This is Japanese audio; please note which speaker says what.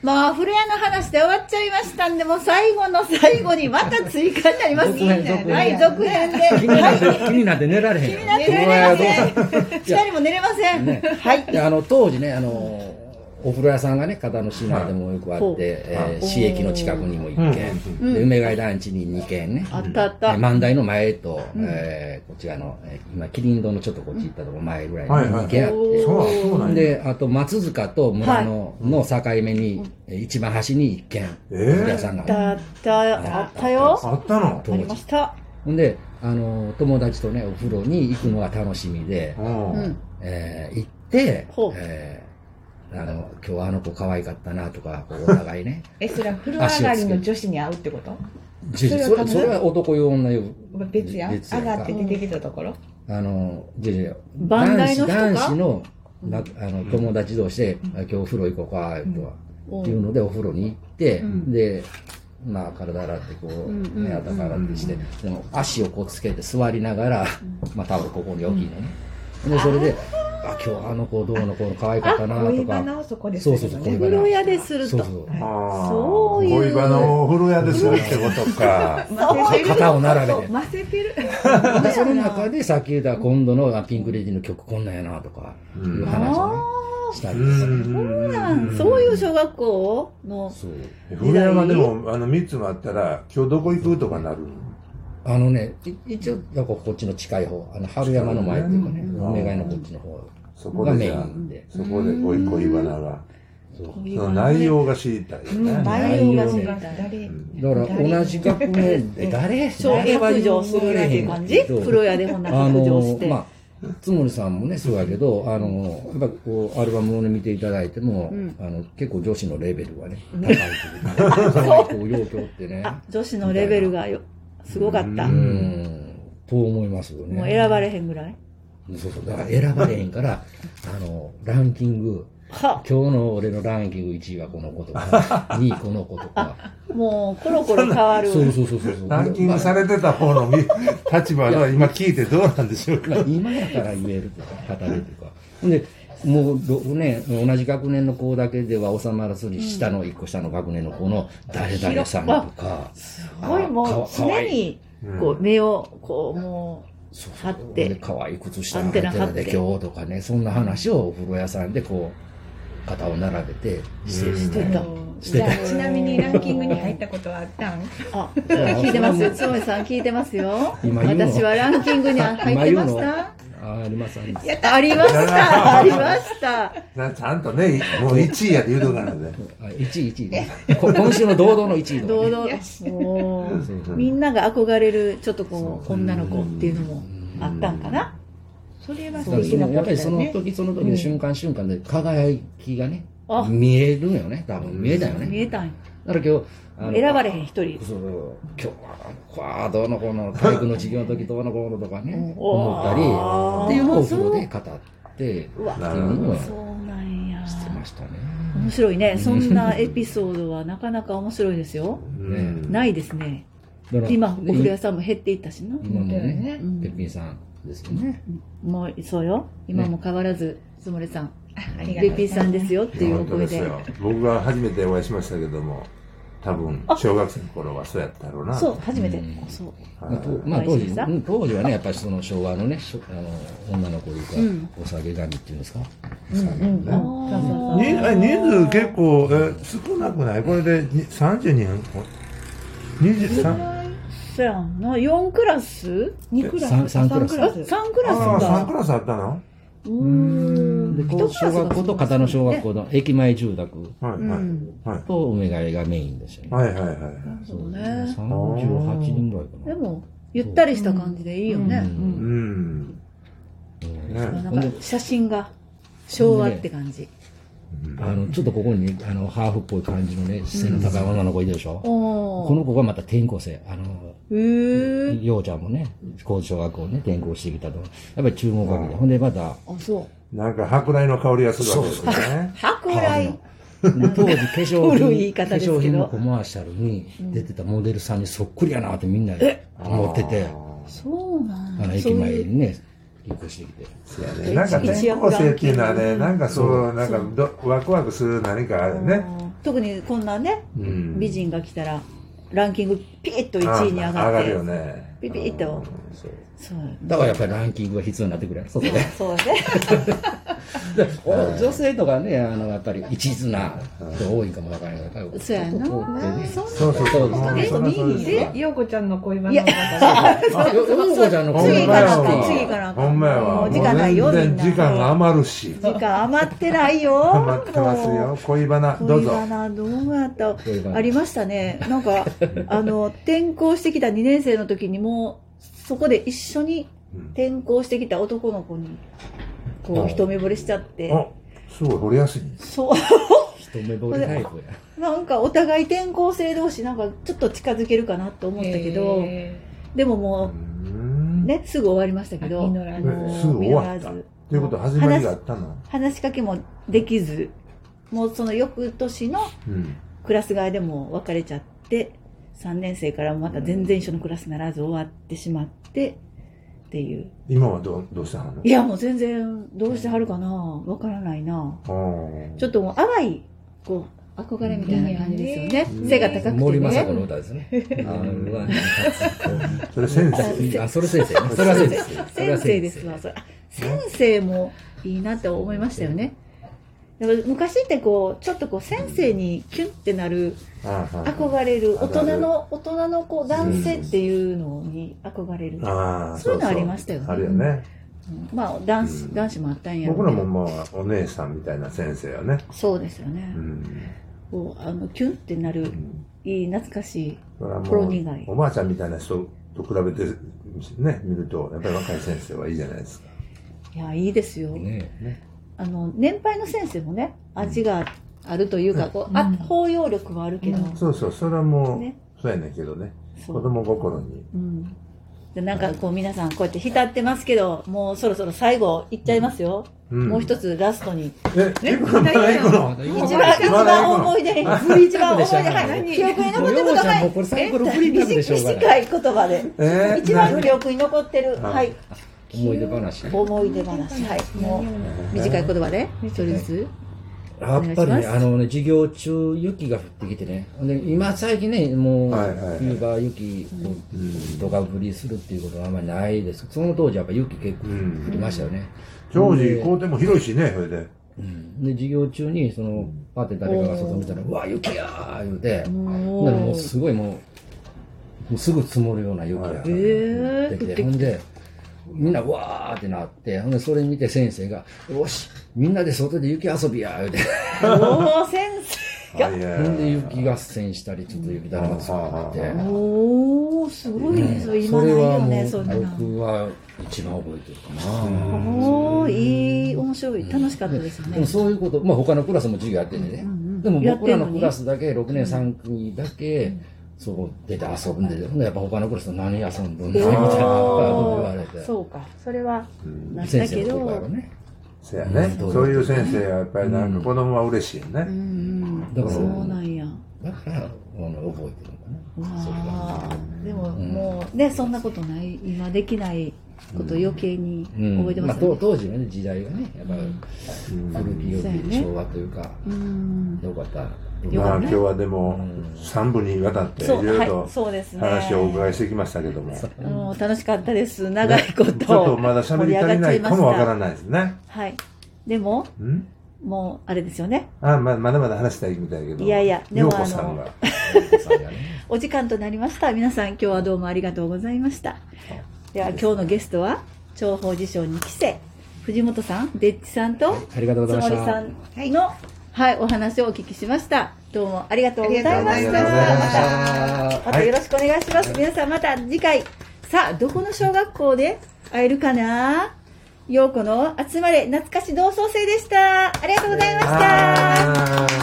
Speaker 1: まあ、フレアの話で終わっちゃいましたんで、もう最後の最後にまた追加になります
Speaker 2: 続編続編
Speaker 1: はい、続編で。
Speaker 2: 気になって
Speaker 1: は
Speaker 2: 気になって寝られへ
Speaker 1: い。
Speaker 2: ん
Speaker 1: 気
Speaker 2: よ
Speaker 1: になって寝れません。二人も寝れません。
Speaker 2: ね
Speaker 1: はい。
Speaker 2: であの当時ねあのお風呂屋さんがね片野島でもよくあって、
Speaker 1: はい
Speaker 2: えー
Speaker 1: ほう
Speaker 2: 市駅の近くにも1軒、
Speaker 1: うん
Speaker 2: で梅ヶ谷団地に2軒ね、
Speaker 1: あったあっ
Speaker 2: で
Speaker 1: た。
Speaker 2: 万代の前と、えーこっちらの、えー今麒麟堂のちょっとこっち行ったとこ前ぐらいに2軒あって、
Speaker 1: はいはい
Speaker 3: そうそうなんや
Speaker 2: であと松塚と村野の境目に、えー一番端に1軒
Speaker 3: え
Speaker 2: お風呂屋さ
Speaker 3: ー、
Speaker 2: んがあ
Speaker 1: あっ
Speaker 2: って、
Speaker 1: たあった。あったよ。あ
Speaker 3: あったの
Speaker 2: 当
Speaker 1: りま
Speaker 2: 時
Speaker 1: した。
Speaker 2: ほんであの友達とねお風呂に行くのが楽しみで、
Speaker 3: うん
Speaker 1: うん。
Speaker 2: えー行って
Speaker 1: ほう、
Speaker 2: えーあの今日はあの子可愛かったなとかこうお互いね
Speaker 4: えそれは風呂上がりの女子に会うってこと
Speaker 2: ジュジュ
Speaker 4: そ
Speaker 2: そ
Speaker 4: れは
Speaker 2: れそれは男用女用
Speaker 4: 別やん
Speaker 2: 別
Speaker 4: 上
Speaker 2: やんか
Speaker 4: がって出てきたところ、
Speaker 2: あのジュジュ
Speaker 1: 万代の人か
Speaker 2: 男子男子のなあの友達同士で、あ今日お風呂行こうかとは、
Speaker 1: うん
Speaker 2: っていうのでお風呂に行って、
Speaker 1: うん
Speaker 2: でまあ体洗ってこう、
Speaker 1: うんうん
Speaker 2: ね頭洗ってして、でも足をこうつけて座りながら、まあタオルここに置きのね、でそれであ今日あの子どうのこうの可愛かったな
Speaker 4: 恋
Speaker 2: と
Speaker 4: バナ
Speaker 2: か
Speaker 4: をそこです
Speaker 2: そう
Speaker 4: る
Speaker 2: そうそう
Speaker 4: のね
Speaker 1: 風呂屋でする
Speaker 2: そう
Speaker 1: と
Speaker 2: そ。う
Speaker 3: あー
Speaker 1: そういう
Speaker 3: 恋バナをお風呂屋でするってこと か
Speaker 4: マセピル
Speaker 2: 肩を並べて
Speaker 4: マセピル
Speaker 2: でその中でさっき言った今度のピンク・レディの曲こんなんやなとかいう話をね、した
Speaker 3: う
Speaker 2: りとか
Speaker 3: ん
Speaker 1: そうなんそういう小学校の。
Speaker 2: そう
Speaker 3: 古屋はでもあの3つもあったら今日どこ行くとかなる
Speaker 2: あのねい一応なんかこっちの近い方あの春山の前っていうかね
Speaker 3: うん
Speaker 2: 梅ヶ谷のこっちの方
Speaker 3: そこ
Speaker 2: が
Speaker 3: で
Speaker 2: メ
Speaker 3: じ
Speaker 2: イ
Speaker 3: ゃあ
Speaker 2: ンで
Speaker 3: そこで恋恋バナが
Speaker 2: そう
Speaker 3: その内容が知りたいよね、
Speaker 4: 内容が
Speaker 2: 内容
Speaker 4: が誰
Speaker 2: だから同じ学年で誰
Speaker 1: 小
Speaker 2: 誰は
Speaker 1: 白
Speaker 2: 言
Speaker 1: 状
Speaker 2: わ
Speaker 1: するっ
Speaker 2: れ
Speaker 1: て
Speaker 2: へ
Speaker 1: い
Speaker 2: ん
Speaker 1: う感じ
Speaker 2: けど
Speaker 1: プロ屋でもなく
Speaker 2: あ
Speaker 1: 白状し
Speaker 2: の
Speaker 1: て。
Speaker 2: まあ津森さんもねそうやけどあのやっぱこうアルバムをね見ていただいても、
Speaker 1: うん
Speaker 2: あの結構女子のレベルがね高いという かそうこう要求ってね
Speaker 1: あ女子のレベルがよすごかった、
Speaker 3: う
Speaker 2: うんんと思いますよね
Speaker 1: もう選ばれへんぐらい
Speaker 2: そうそうだから選ばれへんから あのランキング
Speaker 1: は
Speaker 2: 今日の俺のランキング1位はこの子とか 2位この子とか
Speaker 1: もうコロコロ変わる
Speaker 2: そうそうそうそうそう
Speaker 3: ランキングされてた方のみ立場の今聞いてどうなんでしょうか
Speaker 2: まあ今やから言えるとか語れるとかでもうど、ね、同じ学年の子だけでは収まらずに下の1個下の学年の子の誰々さんとかす
Speaker 1: すごいもう常にこう目をこうも
Speaker 2: そう
Speaker 1: 張って
Speaker 2: で可愛い靴下
Speaker 1: ア
Speaker 2: 履い
Speaker 1: ン
Speaker 2: て
Speaker 1: テ
Speaker 2: る
Speaker 1: ナ張って
Speaker 2: で今日とかねそんな話をお風呂屋さんでこう肩を並べてして
Speaker 1: うしてた
Speaker 2: してた
Speaker 4: じゃあちなみにランキングに入ったことはあったん
Speaker 1: あ聞いてますよつもりさん聞いてますよ
Speaker 2: 今言うの
Speaker 1: 私はランキングには入ってまし
Speaker 2: 今
Speaker 1: た
Speaker 2: あありますあり
Speaker 1: ありま
Speaker 2: ます
Speaker 1: し
Speaker 3: やだ
Speaker 1: たありました
Speaker 3: なちゃんとねもう1位やで言うとかなんで
Speaker 2: あ1位1位ねこ今週の堂々の1位と
Speaker 1: 堂
Speaker 2: かね、
Speaker 1: 々もう
Speaker 2: そうそう
Speaker 1: みんなが憧れるちょっとこう女の子っていうのもあったんかな
Speaker 4: それは
Speaker 2: だ
Speaker 4: 素
Speaker 2: からそ
Speaker 4: 敵な
Speaker 2: の
Speaker 4: こ
Speaker 2: やっぱ
Speaker 4: とだ
Speaker 2: りその
Speaker 4: よね
Speaker 2: 時その時の瞬間瞬間で輝きがね、
Speaker 1: あ
Speaker 2: 見えるよね多分見えたよ
Speaker 1: 見
Speaker 2: ね
Speaker 1: えたんや
Speaker 2: だから今日あの
Speaker 1: 選ばれへん一人
Speaker 2: そう今日はこはどうのこうの体育の授業の時どうのこうのとかね思ったり
Speaker 1: おー
Speaker 2: っていうのをお風呂で語ってっていう
Speaker 1: うわ
Speaker 3: なるほ
Speaker 2: のを
Speaker 3: ど
Speaker 2: し
Speaker 1: そうなんや
Speaker 2: てましたね
Speaker 1: 面白いねそんなエピソードはなかなか面白いですよ
Speaker 3: うん
Speaker 1: ないですね
Speaker 2: だから
Speaker 1: 今お風呂屋さんも減っていったしな
Speaker 2: 今もね
Speaker 1: うん
Speaker 2: てっぴんさんですよね
Speaker 1: もうそうよ今も変わらずつもれさん
Speaker 4: ありがとう
Speaker 1: レピーさんですよっていうお声で
Speaker 3: 本当ですよ僕が初めてお会いしましたけども多分小学生の頃はそうやったろうな
Speaker 1: そう初めてそう
Speaker 2: まあ、と
Speaker 3: は
Speaker 2: まあ
Speaker 1: お会
Speaker 2: 当時
Speaker 1: いしてさ
Speaker 2: うん当時はねやっぱりその昭和のねしょあの女の子というか、
Speaker 1: うん
Speaker 2: お下げ髪っていうんですか
Speaker 3: いね
Speaker 1: そうそうそう
Speaker 3: にえ人数結構え少なくないこれでに30人23
Speaker 1: そやんな4クラス2クラス
Speaker 2: 三三クラス
Speaker 1: 三3クラス
Speaker 3: ああ
Speaker 1: か
Speaker 3: 3クラスあったの
Speaker 1: うーん
Speaker 2: でこう小学校と片野小学校の駅前住宅
Speaker 3: はいはい、
Speaker 1: うん
Speaker 3: はい
Speaker 2: と梅ヶ谷がメインでしたね、
Speaker 3: はいはいはい
Speaker 1: そうね
Speaker 2: 38人ぐらいかな
Speaker 1: でもゆったりした感じでいいよね、
Speaker 3: う
Speaker 2: うん
Speaker 3: ね
Speaker 1: なんか写真が昭和って感じ、
Speaker 2: あのちょっとここにねあのハーフっぽい感じのね背の高い女の子いるでしょ、
Speaker 1: お
Speaker 2: こ
Speaker 1: お
Speaker 2: の子がまた転校生あの
Speaker 1: へー
Speaker 2: ようちゃんもね高小学校ね転校してきたとやっぱり注文かけてほんでまた
Speaker 1: あそう
Speaker 3: なんか舶来の香りがするわけですよね
Speaker 1: 舶来
Speaker 2: で当時化粧
Speaker 1: 古い言
Speaker 2: 品
Speaker 1: い方
Speaker 2: 化
Speaker 1: ですけど
Speaker 2: 粧品のコマーシャルに出てたモデルさんにそっくりやなってみんな思ってて
Speaker 1: そうなん
Speaker 2: あの
Speaker 1: やそ
Speaker 2: 駅
Speaker 1: う
Speaker 2: 前
Speaker 1: いう
Speaker 2: にね引っ越してきて。
Speaker 3: そうやねなんか転校生っていうのはね、なんかそう、なんかどワクワクする何かあるね。
Speaker 1: うん特にこんなね、
Speaker 3: うん
Speaker 1: 美人が来たらランキングピーッと
Speaker 3: あ
Speaker 1: 1位に上がって
Speaker 3: よね。
Speaker 1: ピピッと
Speaker 2: そう
Speaker 1: そう
Speaker 2: だからやっぱりランキングが必要になってくるやろ、そこで。
Speaker 1: そうだね
Speaker 2: でお女性とかね、あの、やっぱり一途な人多いかもわからないから、
Speaker 1: そうやな
Speaker 2: 男ってね
Speaker 1: そん
Speaker 3: そうそうそう。
Speaker 2: そう
Speaker 3: うん
Speaker 4: え、
Speaker 3: んな
Speaker 4: 見に
Speaker 3: そう
Speaker 4: 行
Speaker 3: や
Speaker 4: って、ようこちゃんの恋バ
Speaker 1: い
Speaker 4: ナ
Speaker 1: や
Speaker 4: の中で。
Speaker 2: あ、よようこちゃんの
Speaker 3: ほんま
Speaker 1: 次か
Speaker 3: や
Speaker 1: ら
Speaker 3: わ
Speaker 1: か次からか
Speaker 3: ほんまや
Speaker 1: も
Speaker 3: わ。
Speaker 1: う時間ないよ
Speaker 3: もう
Speaker 1: みん
Speaker 3: 全
Speaker 1: な
Speaker 3: 然時間が余るし。
Speaker 1: 時間余ってないよ
Speaker 3: 余ってます
Speaker 1: もう
Speaker 3: よ。恋バナ、どう
Speaker 1: 恋
Speaker 3: ぞ。
Speaker 1: バナどうやった
Speaker 2: 恋バナ
Speaker 1: ありましたねなん かあの転校してきた2年生の時にもうそこで一緒に
Speaker 3: うん
Speaker 1: 転校してきた男の子にこ
Speaker 2: う
Speaker 1: うん一目惚れしちゃって
Speaker 3: あ、すごい、掘りやすい。
Speaker 1: そう
Speaker 2: 一目惚れタイプや。
Speaker 1: なんかお互い転校生同士なんかちょっと近づけるかなと思ったけど
Speaker 4: へ
Speaker 1: でも
Speaker 3: う。
Speaker 1: もうんねすぐ終わりましたけど
Speaker 4: 実ら
Speaker 1: あ
Speaker 4: ず
Speaker 1: の
Speaker 3: すぐ終わっ
Speaker 1: 実
Speaker 3: た
Speaker 1: らず
Speaker 3: ということは始まりがあったの。
Speaker 1: 話しかけもできずもうその翌年の
Speaker 3: うん。
Speaker 1: クラス替えでも別れちゃって3年生からまた全然一緒のクラスならず終わってしまってっていう
Speaker 3: 今はどう、どうしたの
Speaker 1: いやもう全然どうしてはるかなわからないなちょっともう淡いこう憧れみたいな感じですよね、
Speaker 3: うん
Speaker 1: 背が高くてね
Speaker 2: 森政子の歌です ね。あのうわ
Speaker 3: それ先生。
Speaker 1: 生
Speaker 2: あ、それ先生ね。それは先生。それ
Speaker 1: 先
Speaker 2: は
Speaker 1: 生ですわそれあ先生もいいなって思いましたよねだから昔ってこうちょっとこう先生にキュンってなる憧れる
Speaker 3: あ
Speaker 1: 大
Speaker 3: るあ
Speaker 1: 人
Speaker 3: る
Speaker 1: の大人のこう男性っていうのに憧れる、
Speaker 3: ああ、
Speaker 1: そういうのありましたよね
Speaker 3: あるよね。
Speaker 1: うんまあ男子,、
Speaker 3: うん
Speaker 1: 男子もあったんやろう
Speaker 3: 僕
Speaker 1: けど
Speaker 3: らもまあ、お姉さんみたいな先生よね。
Speaker 1: そうですよね、
Speaker 3: うん。
Speaker 1: こうあのキュンってなるいい懐かしい
Speaker 3: それはも、
Speaker 1: ほろ苦いう
Speaker 3: おばあちゃんみたいな人と比べて、ね、見ると、やっぱり若い先生はいいじゃないですか。
Speaker 1: いやいいですよ、
Speaker 2: ね
Speaker 1: あの年配の先生もね味があるというか、こうあ
Speaker 4: うん
Speaker 1: 包容力はあるけど、
Speaker 4: うん
Speaker 3: そうそう、それはも
Speaker 1: ね
Speaker 3: う、そうやねんけどね。
Speaker 1: そ
Speaker 3: 子
Speaker 1: う、
Speaker 3: 供心に。
Speaker 1: うん、でなんかこう皆さんこうやって浸ってますけどもうそろそろ最後いっちゃいますよ、
Speaker 3: うん
Speaker 1: もう一つラストに
Speaker 3: え、結構まだ行くの
Speaker 2: 一
Speaker 1: 一番一番思い出に一番思い出はい
Speaker 4: 何
Speaker 1: 記憶に
Speaker 2: も
Speaker 1: 残
Speaker 2: う
Speaker 1: ってるこ
Speaker 2: よう
Speaker 1: と
Speaker 2: こちゃ
Speaker 1: は
Speaker 2: んも
Speaker 1: い
Speaker 2: これサイコロ振りなんでしょうがな
Speaker 1: 短
Speaker 2: い。
Speaker 1: い言葉で
Speaker 3: えー
Speaker 1: 一番記憶に残ってる、
Speaker 3: な
Speaker 1: はい、
Speaker 2: 思い出話。
Speaker 1: 思い出話、はい、もう短い言葉で一人ずつ、
Speaker 2: やっぱり
Speaker 1: お願い
Speaker 2: ね、
Speaker 1: します
Speaker 2: あのね、授業中、雪が降ってきてね。で、今最近ね、もう
Speaker 3: はいはいはい、
Speaker 2: 冬場雪を
Speaker 3: うん
Speaker 2: ドカ降りするっていうことはあんまりないです。その当時やっぱ雪結構
Speaker 3: う
Speaker 2: 降
Speaker 3: ん。
Speaker 2: りましたよね。
Speaker 3: 常時、校庭も広いしね、それで。
Speaker 2: うんで、授業中に、その、パって誰かが外見たら、うわ、雪やー言うて、ほ
Speaker 1: も
Speaker 2: ん
Speaker 1: う
Speaker 2: ならもうすごいもう、もうすぐ積もるような雪が
Speaker 3: はい
Speaker 1: えー、
Speaker 2: で
Speaker 1: 降
Speaker 2: き、
Speaker 1: ってて
Speaker 2: ほ
Speaker 1: き
Speaker 2: ん
Speaker 1: て
Speaker 2: で、みんなわーってなって、ほんで、それ見て先生が、よし、みんなで外で雪遊びや言うて、
Speaker 1: おー先生が
Speaker 3: いや
Speaker 2: ほんで雪合戦したり、ちょっと雪だるま作ってて。
Speaker 1: おーすごいねそれ今ないよねそ
Speaker 2: そ
Speaker 1: んな
Speaker 2: れはもう
Speaker 1: の
Speaker 2: 僕は一番覚えてるかな。
Speaker 1: おーいい面白い楽しかったですよ
Speaker 2: でも
Speaker 1: ね
Speaker 2: そういうこと、まあ他のクラスも授業やっててね、でも
Speaker 1: やって
Speaker 2: 僕
Speaker 1: んの
Speaker 2: ら
Speaker 1: に
Speaker 2: のクラスだけ、6年3組だけ、そう出て遊んでて、ほんでやっぱ他のクラスと何遊んどんねんみたいなこと言われて、
Speaker 1: そうかそれは
Speaker 3: うん
Speaker 1: なった
Speaker 2: 先
Speaker 1: け
Speaker 2: 生
Speaker 1: ど
Speaker 2: の声がね。
Speaker 3: そやね。
Speaker 2: うん
Speaker 3: そういう先生はやっぱりなんか子供は嬉しいよね。
Speaker 1: うん
Speaker 2: だから
Speaker 1: そうなんや
Speaker 2: だから、あの覚えてるのかな。それが
Speaker 1: わーでももうねそんなことない今できないこと余計に
Speaker 2: うん
Speaker 1: 覚えて
Speaker 2: ま
Speaker 1: ま
Speaker 2: あ
Speaker 1: す
Speaker 2: 当
Speaker 1: よね
Speaker 2: 当時はね、時代がね、やっ
Speaker 3: うん
Speaker 2: ぱ古き良
Speaker 1: そうや
Speaker 2: き
Speaker 1: ね
Speaker 2: 昭和というか、
Speaker 1: うん
Speaker 2: よかった。
Speaker 1: よ
Speaker 3: ま
Speaker 1: かっ
Speaker 3: あ
Speaker 1: た
Speaker 3: 今
Speaker 1: ね
Speaker 3: 日はでも3部にわたってい
Speaker 1: そ
Speaker 3: ろ
Speaker 1: う
Speaker 3: いろ
Speaker 1: は
Speaker 3: と
Speaker 1: いそうですね
Speaker 3: 話をお伺いしてきましたけども。
Speaker 1: あ の楽しかったです長いこ
Speaker 3: ねちょっと
Speaker 1: と
Speaker 3: まだ喋り足りないかもわからないですね。
Speaker 1: はいでも
Speaker 3: うん
Speaker 1: もうあれですよね
Speaker 3: あままだまだ話したいみたいだけど。
Speaker 1: いやいやで
Speaker 3: でも
Speaker 1: も
Speaker 3: 子さん が。
Speaker 1: お時間となりました皆さん今日はどうもありがとうございましたでは今日のゲストは長宝寺賞2期生藤本さんでっちさんと
Speaker 2: ありがとうご
Speaker 1: つ
Speaker 2: ざ
Speaker 1: も
Speaker 2: いまし
Speaker 1: り
Speaker 2: た。
Speaker 1: さんの、はい、お話をお聞きしましたどうもありがとうございま
Speaker 4: あり
Speaker 1: し
Speaker 4: がとうございましたた
Speaker 1: またよろしくお願いします、皆さんまた次回さあどこの小学校で会えるかな陽子の集まれ懐かし同窓生でしたありがとうございました
Speaker 3: あー